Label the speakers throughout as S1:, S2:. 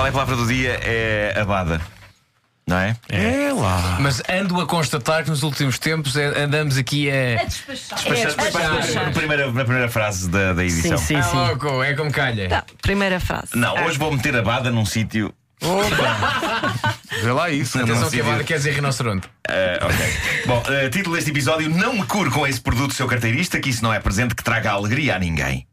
S1: lá e a palavra do dia é abada. Não é?
S2: É lá.
S3: Mas ando a constatar que nos últimos tempos é, andamos aqui
S4: A
S3: a.
S4: despachar.
S1: Mas
S5: É,
S1: sabes, mas
S5: despachar.
S1: sabes, na, primeira, na primeira frase da, da
S5: Sim,
S1: edição.
S5: sim,
S3: Ah,
S5: sim.
S3: louco, é como calha.
S5: Tá, primeira frase.
S1: Não, hoje vou meter abada num sítio.
S2: Vê lá isso.
S3: Atenção
S2: não
S3: que
S2: se
S3: agora quer dizer rinoceronte.
S1: Ah, ok. Bom, ah, título deste episódio: Não me cure com esse produto, seu carteirista, que isso não é presente que traga alegria a ninguém.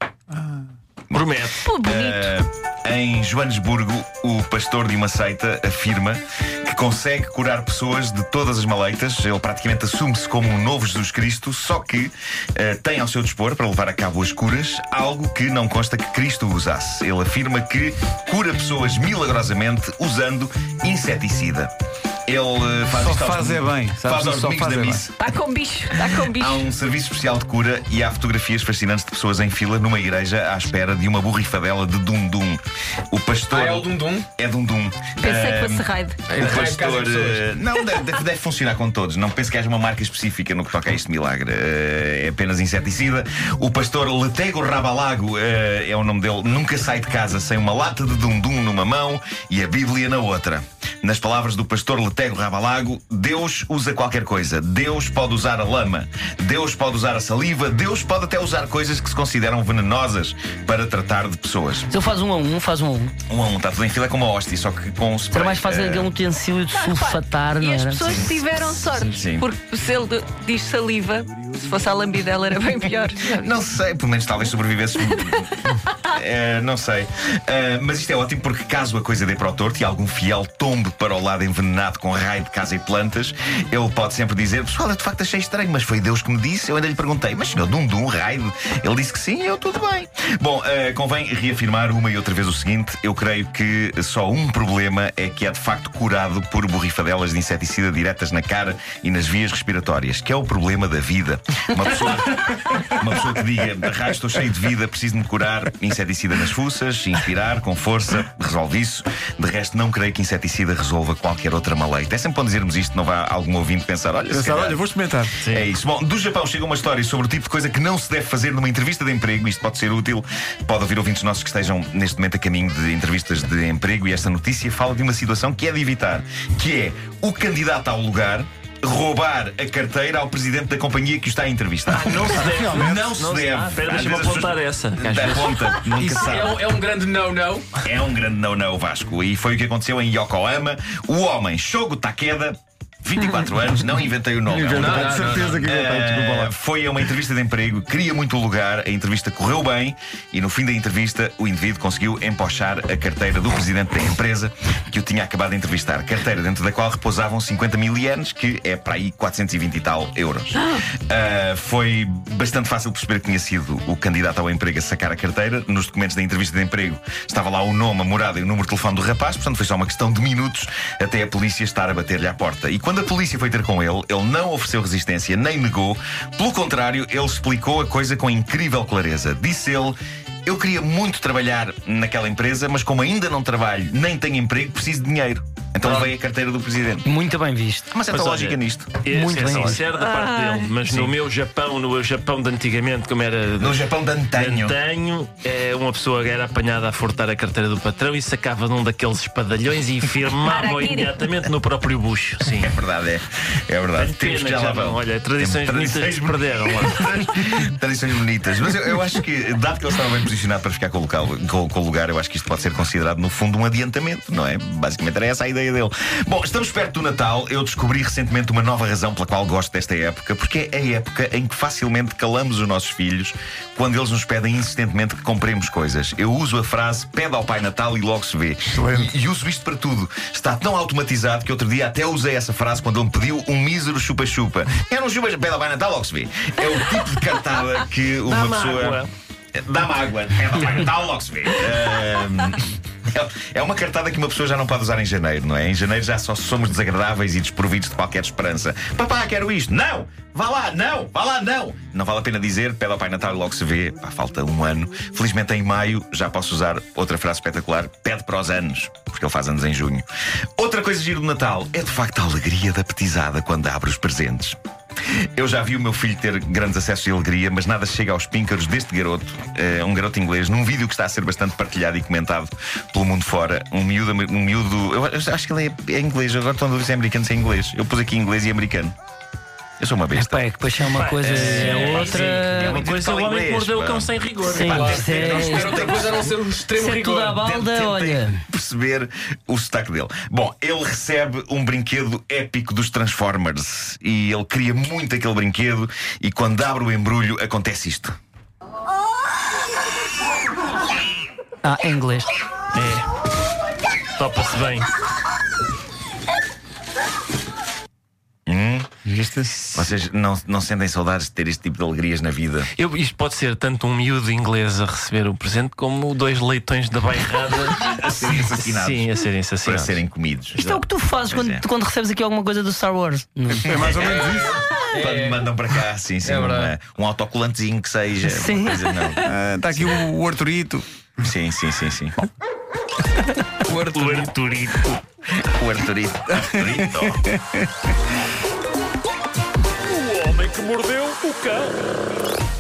S2: Promete.
S5: Pô, bonito.
S1: Eh, Em Joanesburgo, o pastor de uma seita afirma que consegue curar pessoas de todas as maleitas. Ele praticamente assume-se como um novo Jesus Cristo, só que eh, tem ao seu dispor, para levar a cabo as curas, algo que não consta que Cristo usasse. Ele afirma que cura pessoas milagrosamente usando inseticida. Ele eh, faz
S2: Só
S1: isto aos
S2: faz é bem, sabes?
S1: faz aos
S2: Só
S1: domingos
S2: faz
S1: da
S2: é bem.
S1: missa.
S5: Está Tá com bicho, está com
S1: Há
S5: bicho.
S1: um serviço especial de cura e há fotografias fascinantes de pessoas em fila numa igreja à espera de uma borrifadela de dum-dum. O pastor.
S3: Ah, é o dum-dum?
S1: É dum-dum.
S5: Pensei que
S1: Ahm,
S5: fosse raid.
S3: Ele
S1: o
S3: vai em casa
S1: pastor.
S3: de pessoas.
S1: eh, Não, deve, deve- deve funcionar com todos. Não penso que haja uma marca específica no que toca a este milagre. Eh, É apenas inseticida. O pastor Letego Rabalago eh, é o nome dele. Nunca sai de casa sem uma lata de dum-dum numa mão e a Bíblia na outra. Nas palavras do pastor Letego Rabalago, Deus usa qualquer coisa. Deus pode usar a lama. Deus pode usar a saliva. Deus pode até usar coisas que se consideram venenosas para tratar de pessoas.
S6: Se eu faz um a um, faz um a um.
S1: Um a um, está tudo em fila como uma hóstia, só que com o spray.
S6: Era mais fácil
S1: eh,
S6: aquele utensílio de sulfatar,
S5: E
S6: não
S5: as
S6: era?
S5: pessoas tiveram sorte.
S1: Sim.
S5: Porque se ele diz saliva, se fosse a lambidela era bem pior.
S1: Não sei, pelo menos talvez sobrevivesse. Eh, não sei. Eh, mas isto é ótimo porque, caso a coisa dê para o torto e algum fiel tombe para o lado envenenado com raio de casa e plantas, ele pode sempre dizer: Pessoal, eu de facto achei estranho, mas foi Deus que me disse. Eu ainda lhe perguntei: Mas senhor, dum dum, um raio? Ele disse que sim, eu tudo bem. Bom, eh, convém reafirmar uma e outra vez o seguinte: eu creio que só um problema é que é de facto curado por borrifadelas de inseticida diretas na cara e nas vias respiratórias, que é o problema da vida. Uma pessoa. Uma pessoa que diga, raio, estou cheio de vida, preciso-me curar, inseticida nas fuças, inspirar, com força, resolve isso. De resto, não creio que inseticida resolva qualquer outra maleita. É sempre bom dizermos isto, não vá algum ouvinte pensar, olha, se
S2: Pensar,
S1: calhar-
S2: olha, vou experimentar.
S1: é isso. Bom, do Japão chega uma história sobre o tipo de coisa que não se deve fazer numa entrevista de emprego. Isto pode ser útil. Pode ouvir ouvintes nossos que estejam neste momento a caminho de entrevistas de emprego e esta notícia fala de uma situação que é de evitar, que é o candidato ao lugar roubar a carteira ao presidente da companhia que o está a entrevistar. Ah, não se deve. Não se deve.
S7: Espera,
S1: Às
S7: deixa-me
S1: vezes as
S7: apontar essa.
S1: pessoas- Da ponta, nunca
S3: Isso
S1: sabe.
S3: é, um- é um grande não-não.
S1: É um grande não-não Vasco. E foi o que aconteceu em Yokohama. O homem, Shogo Takeda, 24 anos, não inventei o nome. é um
S3: Não,
S2: Tenho
S3: não,
S2: certeza que agora está, desculpa lá.
S1: Uh, foi a uma entrevista de emprego, queria muito o lugar, a entrevista correu bem e no fim da entrevista o indivíduo conseguiu empochar a carteira do presidente da empresa que o tinha acabado de entrevistar. Carteira dentro da qual repousavam 50 mil ienes, que é para aí 420 e tal euros. Uh, foi bastante fácil perceber que tinha sido o candidato ao emprego a sacar a carteira. Nos documentos da entrevista de emprego estava lá o nome, a morada e o número de telefone do rapaz, portanto foi só uma questão de minutos até a polícia estar a bater-lhe à porta. E quando a polícia foi ter com ele, ele não ofereceu resistência nem negou. Pelo contrário, ele explicou a coisa com incrível clareza. Disse ele. Eu queria muito trabalhar naquela empresa, mas como ainda não trabalho nem tenho emprego, preciso de dinheiro. Então veio a carteira do presidente.
S6: Muito bem visto.
S1: Há uma certa
S7: Mas olha,
S1: lógica nisto.
S7: É,
S6: Muito
S7: é
S6: bem.
S7: sincero da parte dele, mas no meu Japão, no Japão de antigamente, como era
S1: No Japão de antanho.
S7: Antanho, é, uma pessoa que era apanhada a furtar a carteira do patrão e sacava de um daqueles espadalhões e firmava
S5: Harakiri.
S7: imediatamente no próprio bucho. Sim.
S1: É verdade, é. É verdade. Temos que
S7: Pena
S1: já
S7: que
S1: lá
S7: já não.
S1: vão.
S7: Olha, tradições
S1: Temos
S7: bonitas que se perderam. olha.
S1: Tradições bonitas. Mas eu, eu acho que, dado que ele estava bem posicionado para ficar com o, local, com, com o lugar, eu acho que isto pode ser considerado, no fundo, um adiantamento, não é? Basicamente era essa a ideia dele. Bom, estamos perto do Natal. Eu descobri recentemente uma nova razão pela qual gosto desta época, porque é a época em que facilmente calamos os nossos filhos quando eles nos pedem insistentemente que compremos coisas. Eu uso a frase pede ao Pai Natal e logo se vê. E, e uso isto para tudo. Está tão automatizado que outro dia até usei essa frase quando ele me pediu um mísero chupa-chupa. Era um chupa-chupa, pede ao Pai Natal, logo se vê. É o tipo de cartada que uma
S7: Dá-me
S1: pessoa.
S7: água.
S1: Dá-me água. Pede ao Pai Natal, logo se vê. Ahm, é uma cartada que uma pessoa já não pode usar em janeiro, não é? Em janeiro já só somos desagradáveis e desprovidos de qualquer esperança. Papá, quero isto. Não! Vá lá, não! Vá lá, não! Não vale a pena dizer, pede ao Pai Natal e logo se vê. Pá, falta um ano. Felizmente em maio já posso usar outra frase espetacular. Pede para os anos, porque ele faz anos em junho. Outra coisa giro do Natal é de facto a alegria da petizada quando abre os presentes. Eu já vi o meu filho ter grandes acessos de alegria, mas nada chega aos píncaros deste garoto, eh, um garoto inglês, num vídeo que está a ser bastante partilhado e comentado pelo mundo fora. Um miúdo, um miúdo eu acho que ele é, é inglês, agora estão a dúvida se é americano ou se é inglês. Eu pus aqui inglês e americano. Eu sou uma besta.
S6: Pá, é que depois é uma coisa
S7: É,
S6: é
S7: pá,
S6: outra.
S7: sim, É uma coisa, o
S1: Fala
S7: homem que
S1: inglês,
S7: mordeu o
S1: pá.
S7: cão sem rigor.
S6: Sim,
S7: Pá,
S6: isto é-
S3: Era outra coisa a não ser um extremo
S6: Isso é tudo
S3: rigor.
S6: à balda,
S1: Tentem
S6: olha.
S1: perceber o sotaque dele. Bom, ele recebe um brinquedo épico dos Transformers e ele queria muito aquele brinquedo e quando abre o embrulho acontece isto.
S6: Ah, em inglês.
S7: Topa-se bem.
S1: Vocês não, não sentem saudades de ter este tipo de alegrias na vida?
S7: Eu, isto pode ser tanto um miúdo inglês a receber o presente como dois leitões da bairrada
S1: A serem assassinados.
S7: Sim, a serem
S1: Para
S7: assassinados.
S1: serem comidos.
S6: Isto é o que tu fazes
S1: Pois
S6: quando,
S1: é.
S6: quando recebes aqui alguma coisa do Star Wars. Não.
S2: É mais ou menos isso.
S6: É.
S1: Quando me mandam para cá, sim, sim.
S3: É
S1: uma-
S3: verdade.
S1: um autocolantezinho que seja. uma
S6: Sim.
S1: coisa, não.
S2: Está Ah, tá aqui o, o Arturito.
S1: Sim, sim, sim, sim.
S3: O Arthur.
S7: O Arturito.
S1: O Arturito. Arturito.
S7: O homem que mordeu o cão.